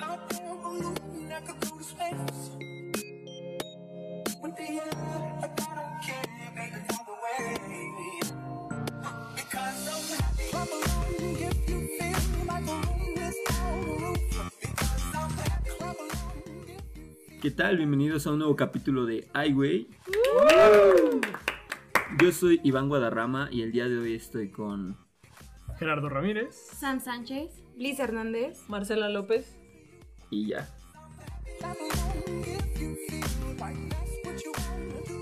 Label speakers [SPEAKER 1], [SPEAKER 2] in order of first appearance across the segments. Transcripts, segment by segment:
[SPEAKER 1] Hot air balloon, I could go to space. With the air, like I don't care, baby, all the way. Because I'm happy, I'm alone. If you feel like a home without a roof. Because I'm happy, I'm alone. If you
[SPEAKER 2] ¿Qué tal? Bienvenidos a un nuevo capítulo de Highway. Yo soy Iván Guadarrama y el día de hoy estoy con...
[SPEAKER 3] Gerardo Ramírez.
[SPEAKER 4] Sam Sánchez.
[SPEAKER 5] Liz Hernández.
[SPEAKER 6] Marcela López.
[SPEAKER 2] Y ya.
[SPEAKER 1] I'm alone, if you feel like that's what you wanna do.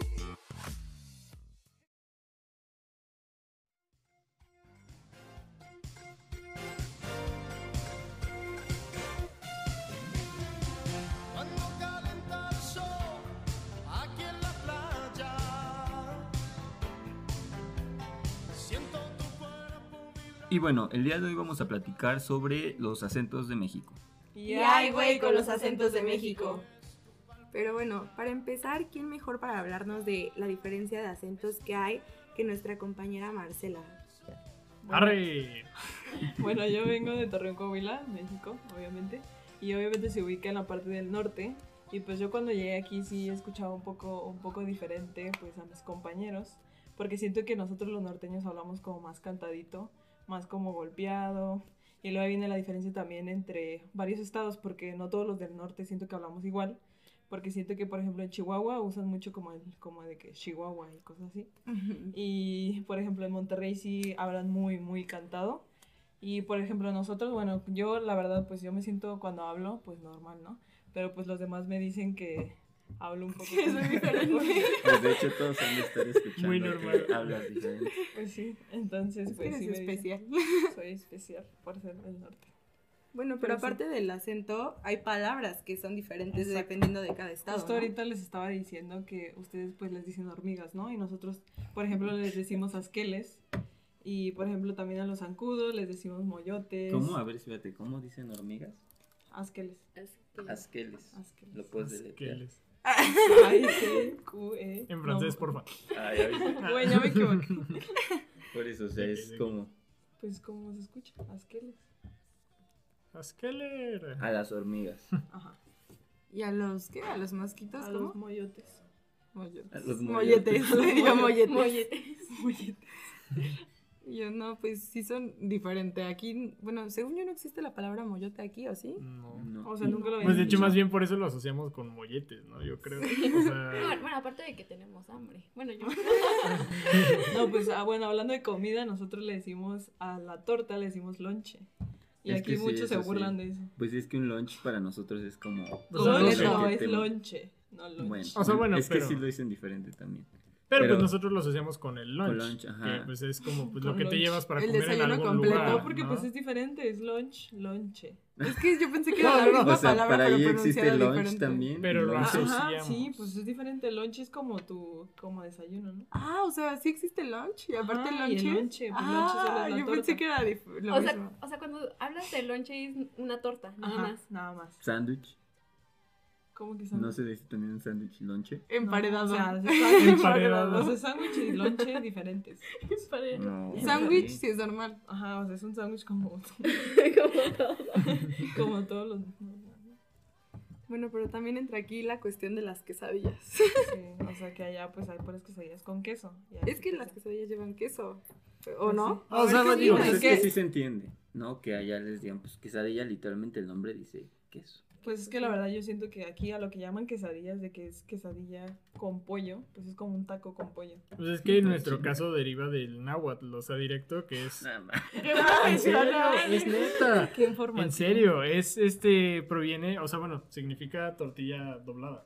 [SPEAKER 7] Cuando calienta el sol aquí en la playa, siento tu cuerpo vibrar.
[SPEAKER 2] Y bueno, el día de hoy vamos a platicar sobre los acentos de México.
[SPEAKER 5] Y ay, güey, con los acentos de México. Pero bueno, para empezar, ¿quién mejor para hablarnos de la diferencia de acentos que hay que nuestra compañera Marcela?
[SPEAKER 3] Arre.
[SPEAKER 6] Bueno, yo vengo de Torreón, Coahuila, México, obviamente. Y obviamente se ubica en la parte del norte. Y pues yo cuando llegué aquí sí escuchaba un poco, un poco diferente pues a mis compañeros. Porque siento que nosotros los norteños hablamos como más cantadito, más como golpeado. Y luego viene la diferencia también entre varios estados, porque no todos los del norte siento que hablamos igual. Porque siento que, por ejemplo, en Chihuahua usan mucho como, el, como de que Chihuahua y cosas así. Y por ejemplo, en Monterrey sí hablan muy, muy cantado. Y por ejemplo, nosotros, bueno, yo la verdad, pues yo me siento cuando hablo, pues normal, ¿no? Pero pues los demás me dicen que hablo un poco.
[SPEAKER 5] es muy diferente.
[SPEAKER 2] Pues de hecho todos han de estar escuchando
[SPEAKER 3] Muy normal.
[SPEAKER 2] que hablas diferente.
[SPEAKER 6] Pues sí, entonces, pues
[SPEAKER 5] Eres
[SPEAKER 6] sí. me dicen,
[SPEAKER 5] especial.
[SPEAKER 6] Soy especial por ser del norte.
[SPEAKER 5] Bueno, pero,
[SPEAKER 6] Pero sí.
[SPEAKER 5] aparte del acento, hay palabras que son diferentes
[SPEAKER 6] Exacto.
[SPEAKER 5] dependiendo de cada estado.
[SPEAKER 6] Justo
[SPEAKER 5] ¿no?
[SPEAKER 6] ahorita les estaba diciendo que ustedes pues les dicen hormigas, ¿no? Y nosotros, por ejemplo, les decimos asqueles. Y por ejemplo, también a los zancudos les decimos moyotes.
[SPEAKER 2] ¿Cómo? A ver, espérate, ¿cómo dicen hormigas?
[SPEAKER 6] Asqueles.
[SPEAKER 2] Asqueles.
[SPEAKER 6] Asqueles.
[SPEAKER 2] Lo puedes deletrear.
[SPEAKER 3] Asqueles.
[SPEAKER 6] Ay, sí, Q, E.
[SPEAKER 3] En francés,
[SPEAKER 6] No,
[SPEAKER 3] porfa.
[SPEAKER 2] Ay, ya viste.
[SPEAKER 6] Güey, ya me equivoqué.
[SPEAKER 2] Por eso, o sea, es como
[SPEAKER 6] Pues como se escucha, asqueles.
[SPEAKER 3] Asqueler.
[SPEAKER 2] a las hormigas.
[SPEAKER 6] Ajá.
[SPEAKER 5] ¿Y a los qué? ¿A los mosquitos?
[SPEAKER 6] A
[SPEAKER 5] ¿Cómo?
[SPEAKER 6] los moyotes.
[SPEAKER 2] A los
[SPEAKER 5] molletes.
[SPEAKER 2] molletes.
[SPEAKER 5] le digo molletes.
[SPEAKER 6] Moyetes.
[SPEAKER 5] Y yo, no, pues sí son diferentes. Aquí, bueno, según yo no existe la palabra moyote aquí, ¿o sí?
[SPEAKER 3] No.
[SPEAKER 2] No.
[SPEAKER 6] O sea, nunca lo
[SPEAKER 3] Pues de hecho,
[SPEAKER 6] había
[SPEAKER 3] más bien por eso lo asociamos con molletes, ¿no? Yo creo. O sea,
[SPEAKER 4] Bueno, aparte de que tenemos hambre. Bueno, yo.
[SPEAKER 6] dicho. No, pues ah, bueno, hablando de comida, nosotros le decimos a la torta, le decimos lonche. Y
[SPEAKER 2] Es que
[SPEAKER 6] aquí
[SPEAKER 2] sí,
[SPEAKER 6] muchos se
[SPEAKER 2] eso sí.
[SPEAKER 6] burlan de eso.
[SPEAKER 2] Pues es que un lunch para nosotros es como...
[SPEAKER 3] O sea,
[SPEAKER 6] No,
[SPEAKER 3] no
[SPEAKER 6] es-
[SPEAKER 3] sé
[SPEAKER 6] no,
[SPEAKER 2] qué
[SPEAKER 6] es
[SPEAKER 2] tema.
[SPEAKER 6] lonche, no lonche.
[SPEAKER 2] Bueno,
[SPEAKER 3] O sea, bueno,
[SPEAKER 2] es
[SPEAKER 3] pero-
[SPEAKER 2] que sí lo dicen diferente también.
[SPEAKER 3] pero
[SPEAKER 2] pero-
[SPEAKER 3] pues nosotros lo asociamos con el lunch.
[SPEAKER 2] Con lunch, ajá.
[SPEAKER 3] Que pues es como pues, lo
[SPEAKER 6] Con
[SPEAKER 3] que te
[SPEAKER 6] lunch.
[SPEAKER 3] llevas para
[SPEAKER 5] El
[SPEAKER 3] comer en
[SPEAKER 5] desayuno
[SPEAKER 3] algún
[SPEAKER 5] completo,
[SPEAKER 3] lugar.
[SPEAKER 6] No, porque pues es diferente, es lunch, lonche.
[SPEAKER 5] Es que yo pensé que era la
[SPEAKER 3] No, no, no.
[SPEAKER 5] misma
[SPEAKER 2] O sea,
[SPEAKER 5] palabra,
[SPEAKER 2] para
[SPEAKER 5] pero
[SPEAKER 2] ahí existe
[SPEAKER 5] pronunciada
[SPEAKER 2] el lunch
[SPEAKER 5] diferente.
[SPEAKER 2] también.
[SPEAKER 3] Pero lo
[SPEAKER 2] lunch
[SPEAKER 3] hace-
[SPEAKER 2] es-
[SPEAKER 6] Ajá,
[SPEAKER 3] asociamos.
[SPEAKER 6] sí, pues es diferente, lunch es como tu, como desayuno, ¿no?
[SPEAKER 5] Ah, o sea, sí existe lunch y aparte
[SPEAKER 6] Ajá,
[SPEAKER 5] el
[SPEAKER 6] y
[SPEAKER 5] lunch.
[SPEAKER 6] el lonche, pues, lonche solo
[SPEAKER 5] ah,
[SPEAKER 6] es la
[SPEAKER 5] yo pensé
[SPEAKER 6] torta.
[SPEAKER 5] que era dif- lo
[SPEAKER 4] O sea,
[SPEAKER 5] mismo.
[SPEAKER 4] o sea, cuando hablas de lonche es una torta, nada
[SPEAKER 6] Ajá,
[SPEAKER 4] más.
[SPEAKER 6] nada más.
[SPEAKER 2] sándwich.
[SPEAKER 6] ¿Cómo que
[SPEAKER 2] No
[SPEAKER 6] son?
[SPEAKER 2] se dice también un sándwich y lonche.
[SPEAKER 5] Emparedado.
[SPEAKER 6] No, o sea, sándwich,
[SPEAKER 3] Emparedado.
[SPEAKER 6] o sea, sándwich y lonche diferentes.
[SPEAKER 4] Eh,
[SPEAKER 2] No,
[SPEAKER 5] Sándwich
[SPEAKER 2] sí.
[SPEAKER 5] sí es normal.
[SPEAKER 6] Ajá, o sea, es un sándwich como,
[SPEAKER 4] Como todo.
[SPEAKER 6] como todos los...
[SPEAKER 5] Bueno, pero también entra aquí la cuestión de las quesadillas.
[SPEAKER 6] Sí, o sea, que allá pues hay puras quesadillas con queso. y así
[SPEAKER 5] es que
[SPEAKER 6] pues,
[SPEAKER 5] las
[SPEAKER 6] ya.
[SPEAKER 5] quesadillas llevan queso. ¿O
[SPEAKER 6] Pues
[SPEAKER 5] no?
[SPEAKER 6] sí.
[SPEAKER 5] A
[SPEAKER 3] O
[SPEAKER 5] ver
[SPEAKER 3] sea,
[SPEAKER 5] qué
[SPEAKER 3] no digo,
[SPEAKER 2] Pues
[SPEAKER 5] opinas.
[SPEAKER 2] es
[SPEAKER 6] es
[SPEAKER 2] que
[SPEAKER 6] que-
[SPEAKER 2] sí se entiende, ¿no? Que allá les digan, pues quesadilla literalmente el nombre dice queso.
[SPEAKER 6] Pues es que la verdad yo siento que aquí a lo que llaman quesadillas, de que es quesadilla con pollo, pues es como un taco con pollo.
[SPEAKER 3] Pues es que en nuestro caso deriva del náhuatl, o sea, directo, que es.
[SPEAKER 2] Nada más.
[SPEAKER 3] ¿En serio? Es neta.
[SPEAKER 6] ¿Qué información?
[SPEAKER 3] En serio, es este proviene, o sea, bueno, significa tortilla doblada.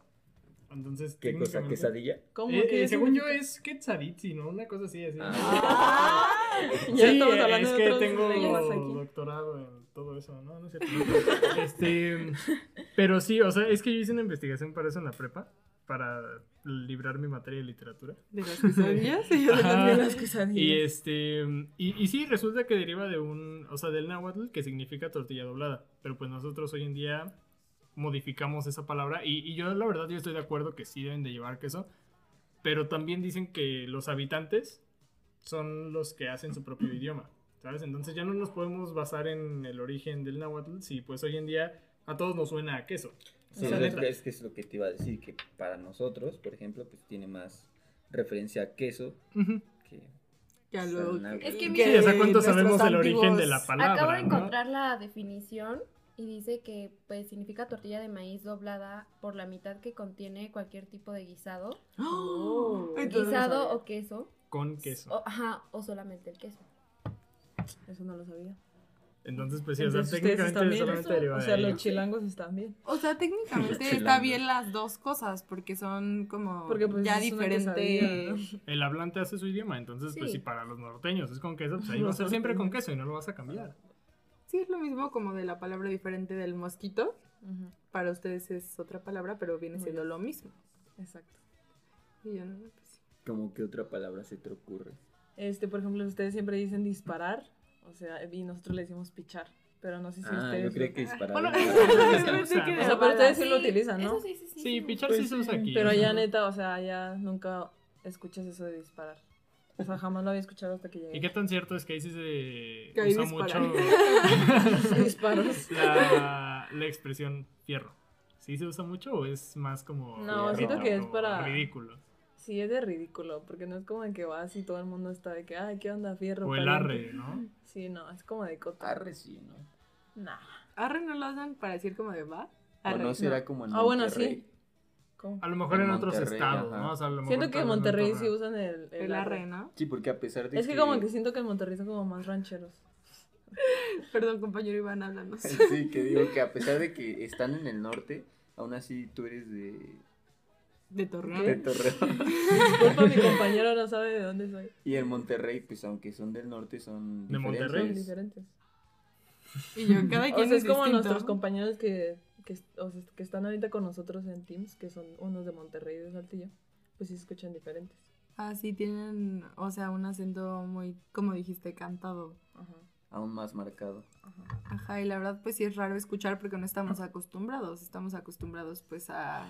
[SPEAKER 3] Entonces,
[SPEAKER 2] ¿Qué cosa?
[SPEAKER 3] técnicamente-
[SPEAKER 2] ¿Quesadilla?
[SPEAKER 6] ¿Cómo
[SPEAKER 3] Eh,
[SPEAKER 6] que
[SPEAKER 3] eh, según yo
[SPEAKER 6] significa?
[SPEAKER 3] es quetzalitzi, ¿no? Una cosa así, así.
[SPEAKER 2] Ah.
[SPEAKER 6] Ya
[SPEAKER 3] Sí,
[SPEAKER 6] estamos hablando
[SPEAKER 3] es
[SPEAKER 6] de
[SPEAKER 3] que
[SPEAKER 6] otras
[SPEAKER 3] tengo
[SPEAKER 6] lenguas aquí.
[SPEAKER 3] doctorado en todo eso, ¿no? No es cierto. este, pero sí, o sea, es que yo hice una investigación para eso en la prepa, para librar mi materia de literatura.
[SPEAKER 5] ¿De las quesadillas? Sí,
[SPEAKER 3] Ajá.
[SPEAKER 6] quesadillas.
[SPEAKER 3] Y este y, y sí, resulta que deriva de un, o sea, del náhuatl que significa tortilla doblada, pero pues nosotros hoy en día modificamos esa palabra y, y yo la verdad yo estoy de acuerdo que sí deben de llevar queso, pero también dicen que los habitantes son los que hacen su propio idioma, ¿sabes? Entonces ya no nos podemos basar en el origen del náhuatl si pues hoy en día a todos nos suena a queso.
[SPEAKER 2] Sí,
[SPEAKER 3] O sea,
[SPEAKER 2] es,
[SPEAKER 3] neta.
[SPEAKER 2] que- es que es lo que te iba a decir, que para nosotros, por ejemplo, pues tiene más referencia a queso
[SPEAKER 3] Ujú.
[SPEAKER 2] que...
[SPEAKER 5] Ya
[SPEAKER 2] al
[SPEAKER 5] lo...
[SPEAKER 2] náhuatl.
[SPEAKER 4] Es que
[SPEAKER 5] Sí,
[SPEAKER 4] mi-
[SPEAKER 3] Sí, o sea, ¿cuánto
[SPEAKER 5] Eh, nuestros
[SPEAKER 3] sabemos del origen de
[SPEAKER 5] antiguos-
[SPEAKER 3] la palabra?
[SPEAKER 4] Acabo de
[SPEAKER 3] no?
[SPEAKER 4] encontrar la definición y dice que pues significa tortilla de maíz doblada por la mitad que contiene cualquier tipo de guisado,
[SPEAKER 5] ¡Oh! Entonces,
[SPEAKER 4] guisado o queso,
[SPEAKER 3] Con queso.
[SPEAKER 4] o, ajá, o solamente el queso.
[SPEAKER 6] Eso no lo sabía.
[SPEAKER 3] Entonces, pues sí,
[SPEAKER 6] Entonces,
[SPEAKER 3] o sea,
[SPEAKER 6] ustedes están
[SPEAKER 3] técnicamente
[SPEAKER 6] bien.
[SPEAKER 3] solamente deriva
[SPEAKER 6] O
[SPEAKER 3] de
[SPEAKER 6] sea,
[SPEAKER 3] ahí.
[SPEAKER 6] los chilangos están bien.
[SPEAKER 5] O sea, técnicamente está
[SPEAKER 2] Chilangos.
[SPEAKER 5] bien las dos cosas, porque son como
[SPEAKER 6] Porque, pues,
[SPEAKER 5] Oh, ya
[SPEAKER 6] es una
[SPEAKER 5] diferente.
[SPEAKER 6] quesadilla,
[SPEAKER 3] El hablante hace su idioma, entonces, pues
[SPEAKER 4] Sí.
[SPEAKER 3] si para los norteños es con queso, pues ahí va a ser siempre con queso y no lo vas a cambiar.
[SPEAKER 5] Sí, es lo mismo como de la palabra diferente del mosquito.
[SPEAKER 6] Ujú,
[SPEAKER 5] Para ustedes es otra palabra, pero viene
[SPEAKER 6] Muy
[SPEAKER 5] siendo
[SPEAKER 6] bien.
[SPEAKER 5] lo mismo.
[SPEAKER 6] Exacto.
[SPEAKER 5] Y yo no, pues, sí.
[SPEAKER 2] Como que otra palabra se te ocurre.
[SPEAKER 6] Este, por ejemplo, ustedes siempre dicen disparar, o sea, y nosotros le decimos pichar, pero no sé si
[SPEAKER 2] ah,
[SPEAKER 6] ustedes...
[SPEAKER 2] yo creí
[SPEAKER 6] lo-
[SPEAKER 2] que disparaba.
[SPEAKER 5] Bueno,
[SPEAKER 3] pensé que
[SPEAKER 6] O sea, pero ustedes sí lo utilizan, ¿no?
[SPEAKER 4] Eso sí, sí, sí.
[SPEAKER 3] Sí,
[SPEAKER 4] sí.
[SPEAKER 3] pichar sí se usa aquí.
[SPEAKER 6] Pero
[SPEAKER 3] ¿no?
[SPEAKER 6] allá neta, o sea, allá nunca escuchas eso de disparar. O sea, jamás lo había escuchado hasta que llegué.
[SPEAKER 3] ¿Y qué tan cierto es que ahí sí se
[SPEAKER 5] Que ahí
[SPEAKER 3] usa
[SPEAKER 5] disparan.
[SPEAKER 3] mucho
[SPEAKER 6] Sí, disparos?
[SPEAKER 3] la, la expresión fierro? ¿Sí se usa mucho o es más como...
[SPEAKER 6] No,
[SPEAKER 3] fierro
[SPEAKER 2] siento que
[SPEAKER 6] es
[SPEAKER 3] o
[SPEAKER 6] para-
[SPEAKER 3] Ridículo.
[SPEAKER 6] Sí, es de ridículo, porque no es como de que vas y todo el mundo está de que, ay, ¿qué onda, fierro?
[SPEAKER 3] O el
[SPEAKER 6] pariente?".
[SPEAKER 3] arre, ¿no?
[SPEAKER 6] Sí, no, es como de cota.
[SPEAKER 2] Arre sí, ¿no?
[SPEAKER 6] Nah. Ah,
[SPEAKER 5] Arre no lo dan para decir como de va.
[SPEAKER 2] O
[SPEAKER 5] Arre.
[SPEAKER 2] no será como en
[SPEAKER 6] Ah, bueno, sí.
[SPEAKER 2] Monterrey.
[SPEAKER 6] ¿Cómo?
[SPEAKER 3] A lo mejor
[SPEAKER 2] En
[SPEAKER 3] en, otros
[SPEAKER 2] Monterrey,
[SPEAKER 3] estados,
[SPEAKER 2] ajá.
[SPEAKER 3] ¿no? O sea, a lo
[SPEAKER 6] Siento
[SPEAKER 3] mejor
[SPEAKER 6] que
[SPEAKER 3] tal vez
[SPEAKER 6] en
[SPEAKER 3] no
[SPEAKER 6] Monterrey
[SPEAKER 3] todo-
[SPEAKER 6] sí usan el, el
[SPEAKER 5] El arre, ¿no?
[SPEAKER 2] Sí, porque a pesar de
[SPEAKER 6] Es que como que siento que en Monterrey son como más rancheros.
[SPEAKER 5] Perdón, compañero Iván, háblanos.
[SPEAKER 2] Sí, que digo que a pesar de que están en el norte, aún así tú eres de,
[SPEAKER 5] De
[SPEAKER 2] de
[SPEAKER 5] Torreón.
[SPEAKER 2] Torreón.
[SPEAKER 6] Disculpa, mi compañero no sabe de dónde soy.
[SPEAKER 2] Y en Monterrey, pues aunque son del norte, son
[SPEAKER 3] De
[SPEAKER 2] diferentes.
[SPEAKER 3] Monterrey.
[SPEAKER 6] Son diferentes.
[SPEAKER 5] Y yo, cada
[SPEAKER 6] O
[SPEAKER 5] quien
[SPEAKER 6] sea, es
[SPEAKER 5] es
[SPEAKER 6] como
[SPEAKER 5] distinto.
[SPEAKER 6] nuestros compañeros que, que, o sea, que están ahorita con nosotros en Teams, que son unos de Monterrey y de Saltillo, pues sí escuchan diferentes.
[SPEAKER 5] Ah, sí, tienen, o sea, un acento muy, como dijiste, cantado.
[SPEAKER 6] Ajá.
[SPEAKER 2] Aún más marcado.
[SPEAKER 5] Ajá, y la verdad, pues sí es raro escuchar porque no estamos
[SPEAKER 3] Ah.
[SPEAKER 5] acostumbrados. Estamos acostumbrados, pues, a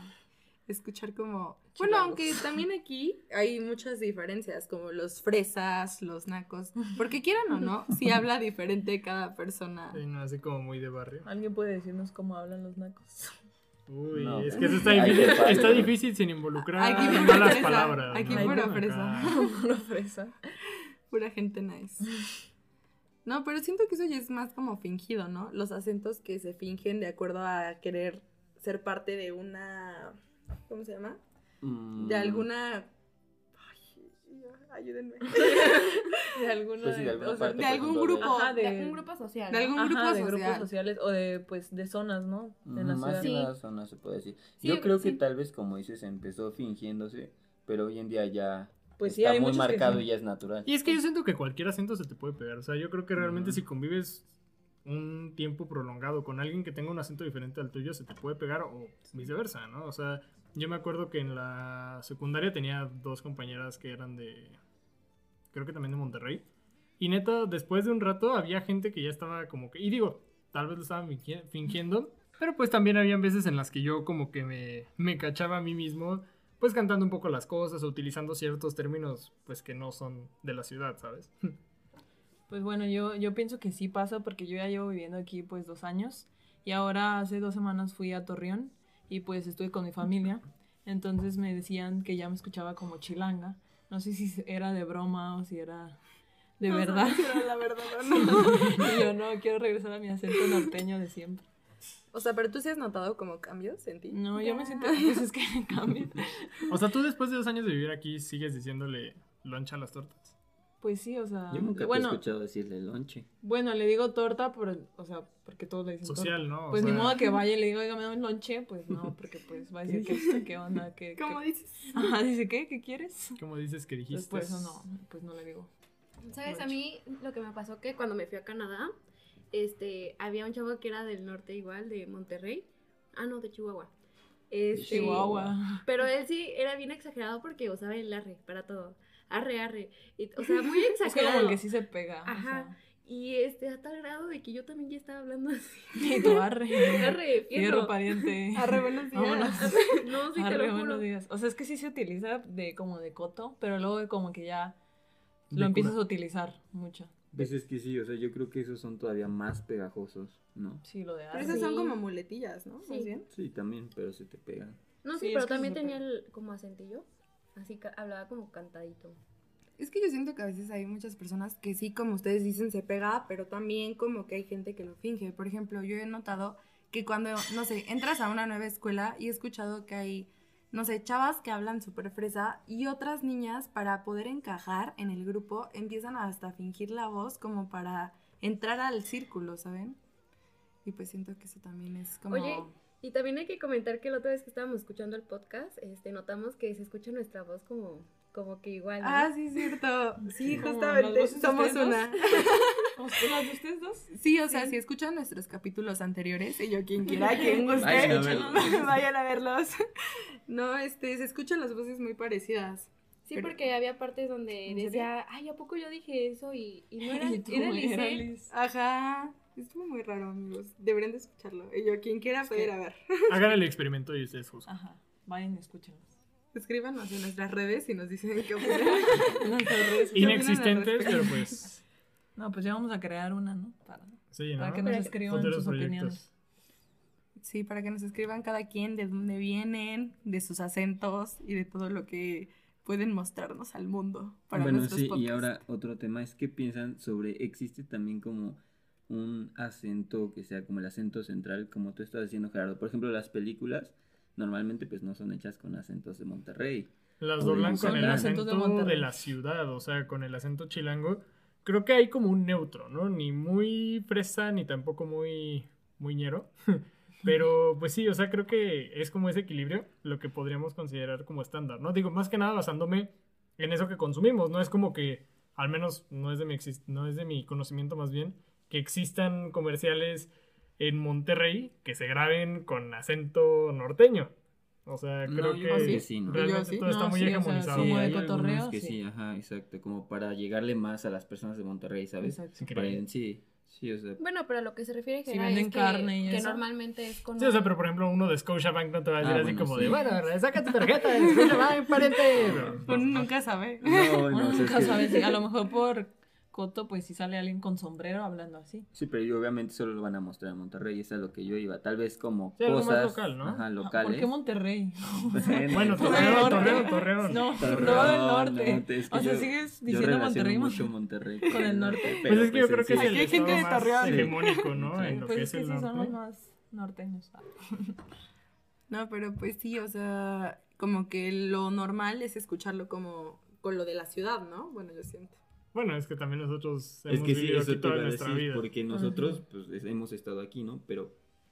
[SPEAKER 5] escuchar como... Bueno,
[SPEAKER 6] Chilangos.
[SPEAKER 5] aunque también aquí hay muchas diferencias, como los fresas, los nacos. Porque quieran o no, sí habla diferente cada persona.
[SPEAKER 3] Sí, no, así como muy de barrio.
[SPEAKER 6] ¿Alguien puede decirnos cómo hablan los nacos?
[SPEAKER 3] Uy,
[SPEAKER 2] No.
[SPEAKER 3] es que eso está
[SPEAKER 2] Ay, qué
[SPEAKER 3] difícil,
[SPEAKER 2] padre.
[SPEAKER 3] está difícil sin involucrar
[SPEAKER 5] Aquí pura
[SPEAKER 3] malas
[SPEAKER 5] fresa,
[SPEAKER 3] palabras.
[SPEAKER 5] aquí
[SPEAKER 3] ¿no?
[SPEAKER 5] pura
[SPEAKER 3] Acá.
[SPEAKER 5] fresa.
[SPEAKER 6] Puro fresa.
[SPEAKER 5] Pura gente nice. No, pero siento que eso ya es más como fingido, ¿no? Los acentos que se fingen de acuerdo a querer ser parte de una... ¿Cómo se llama?
[SPEAKER 2] Mm,
[SPEAKER 5] De alguna... Ay, ayúdenme.
[SPEAKER 6] De alguna,
[SPEAKER 2] Pues sí, de alguna
[SPEAKER 6] o sea,
[SPEAKER 2] parte,
[SPEAKER 5] de
[SPEAKER 2] por
[SPEAKER 5] algún
[SPEAKER 2] ejemplo, de-
[SPEAKER 5] grupo.
[SPEAKER 6] Ajá, de,
[SPEAKER 4] Ah, De un grupo social.
[SPEAKER 5] Ah, de
[SPEAKER 4] ¿no?
[SPEAKER 5] algún
[SPEAKER 6] ajá,
[SPEAKER 5] grupo
[SPEAKER 6] de grupos
[SPEAKER 5] social.
[SPEAKER 6] sociales o de, pues, de zonas, ¿no? En la
[SPEAKER 2] mm, Más
[SPEAKER 6] ciudad.
[SPEAKER 2] que
[SPEAKER 4] Sí.
[SPEAKER 2] nada son, no se puede decir.
[SPEAKER 4] Sí,
[SPEAKER 2] Yo
[SPEAKER 4] yo-
[SPEAKER 2] creo que
[SPEAKER 4] sí.
[SPEAKER 2] tal vez, como dices, empezó fingiéndose, pero hoy en día ya
[SPEAKER 6] Pues sí,
[SPEAKER 2] está
[SPEAKER 6] hay
[SPEAKER 2] muy
[SPEAKER 6] muchos que
[SPEAKER 2] marcado
[SPEAKER 6] sí.
[SPEAKER 2] y ya es natural.
[SPEAKER 3] Y es que yo siento que cualquier acento se te puede pegar. O sea, yo creo que realmente
[SPEAKER 2] Ujú.
[SPEAKER 3] si convives un tiempo prolongado con alguien que tenga un acento diferente al tuyo, se te puede pegar o viceversa, ¿no? O sea, yo me acuerdo que en la secundaria tenía dos compañeras que eran de. Creo que también de Monterrey. Y neta, después de un rato había gente que ya estaba como que. Y digo, tal vez lo estaban fingi- fingiendo. Pero pues también habían veces en las que yo como que me, me cachaba a mí mismo pues cantando un poco las cosas o utilizando ciertos términos pues que no son de la ciudad, ¿sabes?
[SPEAKER 6] Pues bueno, yo, yo pienso que sí pasa porque yo ya llevo viviendo aquí pues dos años y ahora hace dos semanas fui a Torreón y pues estuve con mi familia. Entonces me decían que ya me escuchaba como chilanga. No sé si era de broma o si era de
[SPEAKER 5] No
[SPEAKER 6] verdad.
[SPEAKER 5] sabes si era la verdad o no.
[SPEAKER 6] Y yo no, quiero regresar a mi acento norteño de siempre.
[SPEAKER 5] O sea, pero tú sí has notado como cambios en ti.
[SPEAKER 6] No, yo me siento pues es que cambia.
[SPEAKER 3] O sea, tú después de dos años de vivir aquí sigues diciéndole loncha a las tortas.
[SPEAKER 6] Pues sí, o sea,
[SPEAKER 2] Yo nunca te he
[SPEAKER 6] bueno,
[SPEAKER 2] escuchado decirle lonche.
[SPEAKER 6] bueno, le digo torta, pero, o sea, porque todos le dicen torta.
[SPEAKER 3] Social, ¿no? O
[SPEAKER 6] Pues ni
[SPEAKER 3] sea,
[SPEAKER 6] modo que vaya y le digo, oiga, me da un lonche, pues no, porque pues va a decir que esto, qué onda, que... que-
[SPEAKER 5] Como dices.
[SPEAKER 6] Ajá, dice, ¿qué? ¿Qué quieres?
[SPEAKER 3] Como dices que dijiste.
[SPEAKER 6] Entonces, por eso no, pues no le digo.
[SPEAKER 4] ¿Sabes? A mí lo que me pasó que cuando me fui a Canadá, este, había un chavo que era del norte igual, de Monterrey. Ah, no, de Chihuahua. Este,
[SPEAKER 6] Chihuahua.
[SPEAKER 4] Pero él sí era bien exagerado porque usaba el arre para todo. Arre, arre. Y, o sea, muy
[SPEAKER 6] Es que como
[SPEAKER 4] exagerado.
[SPEAKER 6] el que sí se pega.
[SPEAKER 4] Ajá. Y este, a tal grado de que yo también ya estaba hablando así.
[SPEAKER 6] O sea, y tu arre.
[SPEAKER 4] Arre,
[SPEAKER 6] Fierro
[SPEAKER 4] fierro.
[SPEAKER 6] pariente.
[SPEAKER 5] Arre, buenos días.
[SPEAKER 6] Vámonos.
[SPEAKER 4] No, sí, te
[SPEAKER 6] Arre,
[SPEAKER 4] lo juro.
[SPEAKER 6] buenos días. O sea, es que sí se utiliza de como de coto, pero luego como que ya Lo empiezas a utilizar mucho.
[SPEAKER 2] Pues es que sí, o sea, yo creo que esos son todavía más pegajosos, ¿no?
[SPEAKER 6] Sí, lo de
[SPEAKER 5] Pero
[SPEAKER 6] Arce.
[SPEAKER 5] esas son
[SPEAKER 4] Sí.
[SPEAKER 5] como muletillas, ¿no?
[SPEAKER 4] Sí.
[SPEAKER 5] Más bien.
[SPEAKER 2] Sí, también, pero se te pega.
[SPEAKER 4] No,
[SPEAKER 6] Sí,
[SPEAKER 4] sí,
[SPEAKER 6] es
[SPEAKER 4] pero
[SPEAKER 6] que es
[SPEAKER 4] también
[SPEAKER 6] muy
[SPEAKER 4] tenía el, como acentillo. Así ca- hablaba como cantadito.
[SPEAKER 5] Es que yo siento que a veces hay muchas personas que sí, como ustedes dicen, se pega, pero también como que hay gente que lo finge. Por ejemplo, yo he notado que cuando, no sé, entras a una nueva escuela y he escuchado que hay, no sé, chavas que hablan súper fresa y otras niñas para poder encajar en el grupo empiezan a hasta fingir la voz como para entrar al círculo, ¿saben? Y pues siento que eso también es como...
[SPEAKER 4] Oye, Y también hay que comentar que la otra vez que estábamos escuchando el podcast, este, notamos que se escucha nuestra voz como, como que igual. ¿no?
[SPEAKER 5] Ah, sí, es cierto. Sí,
[SPEAKER 6] Como las
[SPEAKER 5] justamente.
[SPEAKER 6] voces de
[SPEAKER 5] Somos
[SPEAKER 6] ustedes
[SPEAKER 5] una.
[SPEAKER 6] ¿Ustedes- ¿Las de ustedes dos?
[SPEAKER 5] Sí, o sea, si escuchan nuestros capítulos anteriores, y yo quien quiera, quien guste,
[SPEAKER 2] Vayan a verlos.
[SPEAKER 5] vayan a verlos. No, este, se escuchan las voces muy parecidas.
[SPEAKER 4] Sí,
[SPEAKER 5] Pero-
[SPEAKER 4] porque había partes donde
[SPEAKER 5] ¿En
[SPEAKER 4] decía, ay, ¿a poco yo dije eso? Y, y no era,
[SPEAKER 6] Y tú,
[SPEAKER 4] era
[SPEAKER 6] era
[SPEAKER 4] Lisette".
[SPEAKER 6] Liz.
[SPEAKER 5] Ajá. Estuvo muy raro, amigos. Deberían de escucharlo. Y yo quien quiera puede ir a ver.
[SPEAKER 3] Hagan el experimento y ustedes juzgan.
[SPEAKER 6] Ajá. Vayan y escúchenlos.
[SPEAKER 5] Escríbanos en nuestras redes y nos dicen qué opinan.
[SPEAKER 6] Nuestras redes
[SPEAKER 5] Y-
[SPEAKER 6] sociales.
[SPEAKER 3] Inexistentes, pero pues.
[SPEAKER 6] No, pues ya vamos a crear una, ¿no? Para,
[SPEAKER 3] Sí, ¿no?
[SPEAKER 6] para que nos
[SPEAKER 4] Para
[SPEAKER 6] escriban
[SPEAKER 3] Futuros
[SPEAKER 6] sus opiniones.
[SPEAKER 3] proyectos.
[SPEAKER 5] Sí, para que nos escriban cada quien de dónde vienen, de sus acentos y de todo lo que pueden mostrarnos al mundo para
[SPEAKER 2] bueno,
[SPEAKER 5] nuestros
[SPEAKER 2] sí, y
[SPEAKER 5] podcasts.
[SPEAKER 2] ahora otro tema es qué piensan sobre, existe también como un acento que sea como el acento central, como tú estás diciendo, Gerardo. Por ejemplo, las películas normalmente pues no son hechas con acentos de Monterrey. Podrían
[SPEAKER 3] Las doblan con
[SPEAKER 2] ser
[SPEAKER 3] el
[SPEAKER 2] acentos
[SPEAKER 3] acento
[SPEAKER 6] de
[SPEAKER 3] de,
[SPEAKER 6] Monterrey.
[SPEAKER 3] la ciudad, o sea, con el acento chilango. Creo que hay como un neutro, ¿no? Ni muy fresa, ni tampoco muy, muy ñero. Pero pues sí, o sea, creo que es como ese equilibrio lo que podríamos considerar como estándar, ¿no? Digo, más que nada basándome en eso que consumimos, ¿no? Es como que, al menos no es de mi, exis- no es de mi conocimiento más bien, que existan comerciales en Monterrey que se graben con acento norteño. O sea,
[SPEAKER 2] No,
[SPEAKER 3] creo
[SPEAKER 2] yo
[SPEAKER 3] que...
[SPEAKER 2] creo que sí, ¿no?
[SPEAKER 3] Realmente
[SPEAKER 5] Yo sí.
[SPEAKER 3] todo está
[SPEAKER 6] No,
[SPEAKER 3] muy
[SPEAKER 6] sí, o sea,
[SPEAKER 3] hegemonizado.
[SPEAKER 6] como de
[SPEAKER 2] hay algunos
[SPEAKER 6] cotorreo,
[SPEAKER 2] que
[SPEAKER 6] sí.
[SPEAKER 2] sí. ajá, exacto, como para llegarle más a las personas de Monterrey, ¿sabes?
[SPEAKER 6] Exacto.
[SPEAKER 3] Sí, creo.
[SPEAKER 2] Para, sí, sí, o sea,
[SPEAKER 4] Bueno, pero a lo que se refiere
[SPEAKER 6] Si
[SPEAKER 4] Gerard,
[SPEAKER 6] venden
[SPEAKER 4] es que,
[SPEAKER 6] carne y
[SPEAKER 4] que
[SPEAKER 6] eso.
[SPEAKER 4] normalmente es con...
[SPEAKER 3] Sí, o sea, pero por ejemplo, uno de Scotiabank no te va a decir
[SPEAKER 2] Ah,
[SPEAKER 3] así
[SPEAKER 2] bueno,
[SPEAKER 3] como
[SPEAKER 2] sí.
[SPEAKER 3] de, bueno, saca tu tarjeta de Scotiabank, pariente. No,
[SPEAKER 5] Uno nunca sabe.
[SPEAKER 2] no, bueno,
[SPEAKER 6] Uno
[SPEAKER 2] o sea, es
[SPEAKER 6] nunca
[SPEAKER 2] que-
[SPEAKER 6] sabe si a lo mejor por coto, pues si sale alguien con sombrero hablando así. Ah,
[SPEAKER 2] Sí, pero y obviamente solo lo van a mostrar en Monterrey, eso es a lo que yo iba. Tal vez como
[SPEAKER 3] Sí, algo más
[SPEAKER 2] cosas
[SPEAKER 3] local, ¿no?
[SPEAKER 2] ajá,
[SPEAKER 6] Ah, ¿Por
[SPEAKER 2] locales.
[SPEAKER 6] qué Monterrey?
[SPEAKER 3] Bueno,
[SPEAKER 6] Por
[SPEAKER 3] Torreón,
[SPEAKER 6] el norte.
[SPEAKER 3] Torreón, Torreón.
[SPEAKER 6] No,
[SPEAKER 2] Torreón,
[SPEAKER 6] no del norte.
[SPEAKER 2] norte, es que
[SPEAKER 6] o sea,
[SPEAKER 2] yo-
[SPEAKER 6] sigues
[SPEAKER 2] yo
[SPEAKER 6] diciendo
[SPEAKER 2] relaciono
[SPEAKER 6] Monterrey.
[SPEAKER 2] mucho
[SPEAKER 6] Mon-
[SPEAKER 2] Monterrey
[SPEAKER 6] con el norte.
[SPEAKER 2] pero,
[SPEAKER 3] Pues es que yo creo
[SPEAKER 2] pues,
[SPEAKER 3] que es
[SPEAKER 2] en
[SPEAKER 3] el
[SPEAKER 2] sí-
[SPEAKER 5] Aquí hay
[SPEAKER 3] estado
[SPEAKER 5] gente de
[SPEAKER 3] más
[SPEAKER 5] Torreón.
[SPEAKER 3] hegemónico, ¿no? En lo
[SPEAKER 6] Pues
[SPEAKER 3] que
[SPEAKER 6] es
[SPEAKER 3] es
[SPEAKER 6] que
[SPEAKER 3] el
[SPEAKER 6] sí son los
[SPEAKER 3] norte.
[SPEAKER 6] más norteños.
[SPEAKER 5] No, pero pues sí, o sea, como que lo normal es escucharlo como con lo de la ciudad, ¿no? Bueno, yo siento.
[SPEAKER 3] Bueno, es que también nosotros hemos
[SPEAKER 2] Es que sí,
[SPEAKER 3] vivido
[SPEAKER 2] eso
[SPEAKER 3] aquí
[SPEAKER 2] te
[SPEAKER 3] toda
[SPEAKER 2] iba a
[SPEAKER 3] nuestra
[SPEAKER 2] decir,
[SPEAKER 3] vida.
[SPEAKER 2] porque nosotros pues, es- hemos estado aquí, ¿no? Pero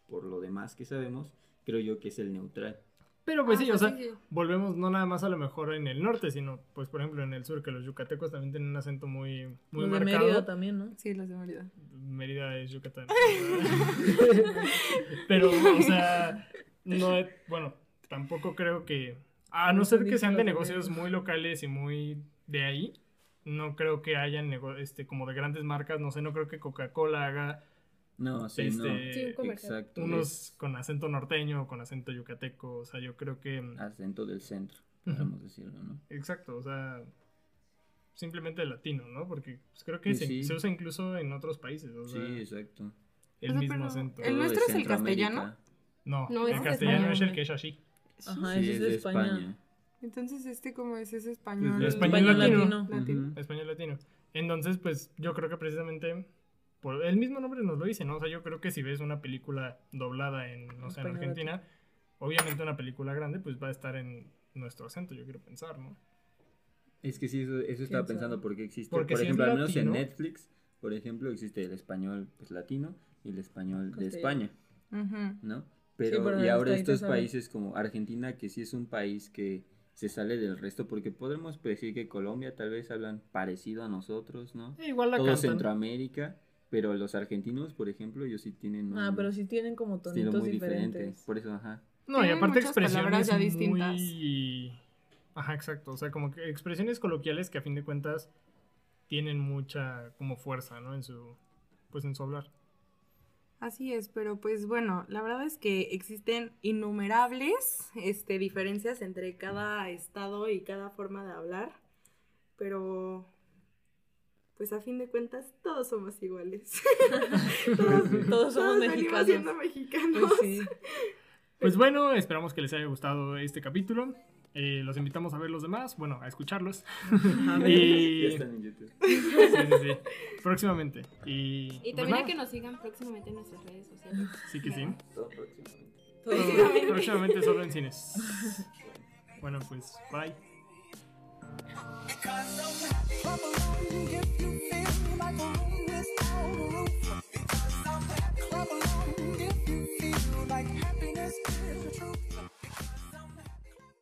[SPEAKER 2] por lo demás que sabemos, creo yo que es el neutral.
[SPEAKER 3] Pero pues sí,
[SPEAKER 5] Ah,
[SPEAKER 3] o sea,
[SPEAKER 5] sí,
[SPEAKER 3] volvemos no nada más a lo mejor en el norte, sino pues por ejemplo en el sur, que los yucatecos también tienen un acento muy, muy
[SPEAKER 6] Los de
[SPEAKER 3] marcado.
[SPEAKER 6] Mérida también, ¿no?
[SPEAKER 5] Sí, los de Mérida.
[SPEAKER 3] Mérida es Yucatán. Pero, o sea, no, he- bueno, tampoco creo que, a no ser que sean de negocios muy locales y muy de ahí, no creo que hayan nego- este, como de grandes marcas, no sé, no creo que Coca-Cola haga
[SPEAKER 2] No, sí,
[SPEAKER 3] Este, Sí, un
[SPEAKER 2] no.
[SPEAKER 4] comercial.
[SPEAKER 2] Exacto. es
[SPEAKER 3] unos con acento norteño o con acento yucateco, o sea, yo creo que...
[SPEAKER 2] acento del centro,
[SPEAKER 3] Ujú.
[SPEAKER 2] podemos decirlo, ¿no?
[SPEAKER 3] Exacto, o sea, simplemente latino, ¿no? Porque pues, creo que
[SPEAKER 2] Y
[SPEAKER 3] se,
[SPEAKER 2] sí.
[SPEAKER 3] se usa incluso en otros países, o sea,
[SPEAKER 2] Sí, exacto.
[SPEAKER 3] el
[SPEAKER 5] O sea,
[SPEAKER 3] mismo
[SPEAKER 5] pero
[SPEAKER 3] acento.
[SPEAKER 5] ¿El
[SPEAKER 2] Todo de
[SPEAKER 5] nuestro es el
[SPEAKER 2] Centroamérica.
[SPEAKER 5] castellano?
[SPEAKER 3] No,
[SPEAKER 4] No, ese
[SPEAKER 3] el
[SPEAKER 4] es
[SPEAKER 3] castellano
[SPEAKER 6] español,
[SPEAKER 3] es el
[SPEAKER 6] ¿no?
[SPEAKER 3] que es así.
[SPEAKER 6] Ajá,
[SPEAKER 2] Sí,
[SPEAKER 6] ese es de España.
[SPEAKER 5] Entonces, este como es ese español.
[SPEAKER 2] Pues,
[SPEAKER 3] español Español latino.
[SPEAKER 6] latino.
[SPEAKER 5] Mm, Latino.
[SPEAKER 2] Ujú.
[SPEAKER 3] Español latino. Entonces, pues yo creo que precisamente por el mismo nombre nos lo dice, ¿no? O sea, yo creo que si ves una película doblada en, no sé, en
[SPEAKER 6] Español
[SPEAKER 3] Argentina, obviamente una película grande, pues va a estar en nuestro acento, yo quiero pensar, ¿no?
[SPEAKER 2] Es que sí, eso, eso estaba
[SPEAKER 6] sabe?
[SPEAKER 2] pensando porque existe,
[SPEAKER 3] Porque
[SPEAKER 2] por
[SPEAKER 3] si es
[SPEAKER 2] ejemplo, al menos en
[SPEAKER 3] latino-
[SPEAKER 2] Netflix, por ejemplo, existe el español pues, latino y el español de
[SPEAKER 6] Castellano.
[SPEAKER 2] España,
[SPEAKER 5] Ujú.
[SPEAKER 2] ¿no? Pero,
[SPEAKER 6] pero
[SPEAKER 2] y
[SPEAKER 6] hasta
[SPEAKER 2] ahora
[SPEAKER 6] ahí te
[SPEAKER 2] estos
[SPEAKER 6] saben.
[SPEAKER 2] países como Argentina, que sí es un país que se sale del resto, porque podemos decir que Colombia tal vez hablan parecido a nosotros, ¿no?
[SPEAKER 3] E igual la
[SPEAKER 2] Todo
[SPEAKER 3] cantan.
[SPEAKER 2] Centroamérica, pero los argentinos, por ejemplo, ellos sí tienen un
[SPEAKER 6] Ah, pero sí tienen como
[SPEAKER 2] Mm. estilo
[SPEAKER 6] tonitos
[SPEAKER 2] muy diferente.
[SPEAKER 6] diferentes.
[SPEAKER 2] Por eso, ajá.
[SPEAKER 3] No, y
[SPEAKER 5] Tienen
[SPEAKER 3] aparte
[SPEAKER 5] muchas
[SPEAKER 3] expresiones
[SPEAKER 5] palabras ya
[SPEAKER 3] muy... Ajá, exacto. O sea, como que expresiones coloquiales que a fin de cuentas tienen mucha como fuerza, ¿no? En su... Pues en su hablar.
[SPEAKER 5] Así es, pero pues bueno, la verdad es que existen innumerables este, diferencias entre cada estado y cada forma de hablar, pero pues a fin de cuentas todos somos iguales.
[SPEAKER 6] Todos somos
[SPEAKER 5] venimos
[SPEAKER 6] mexicanos.
[SPEAKER 5] siendo mexicanos.
[SPEAKER 6] Pues sí.
[SPEAKER 4] Eh.
[SPEAKER 3] Pues bueno, esperamos que les haya gustado este capítulo. Eh, los invitamos a ver los demás, bueno, a escucharlos.
[SPEAKER 2] Ya
[SPEAKER 3] y sí,
[SPEAKER 2] están en YouTube.
[SPEAKER 3] sí, sí. próximamente. Y,
[SPEAKER 4] Y
[SPEAKER 3] pues
[SPEAKER 4] también hay
[SPEAKER 3] nada,
[SPEAKER 4] que nos sigan próximamente en nuestras redes sociales.
[SPEAKER 3] Sí que sí.
[SPEAKER 2] Todo próximamente.
[SPEAKER 3] Próximamente solo en cines. Bueno, pues bye.
[SPEAKER 1] Because I'm happy. I'm alone,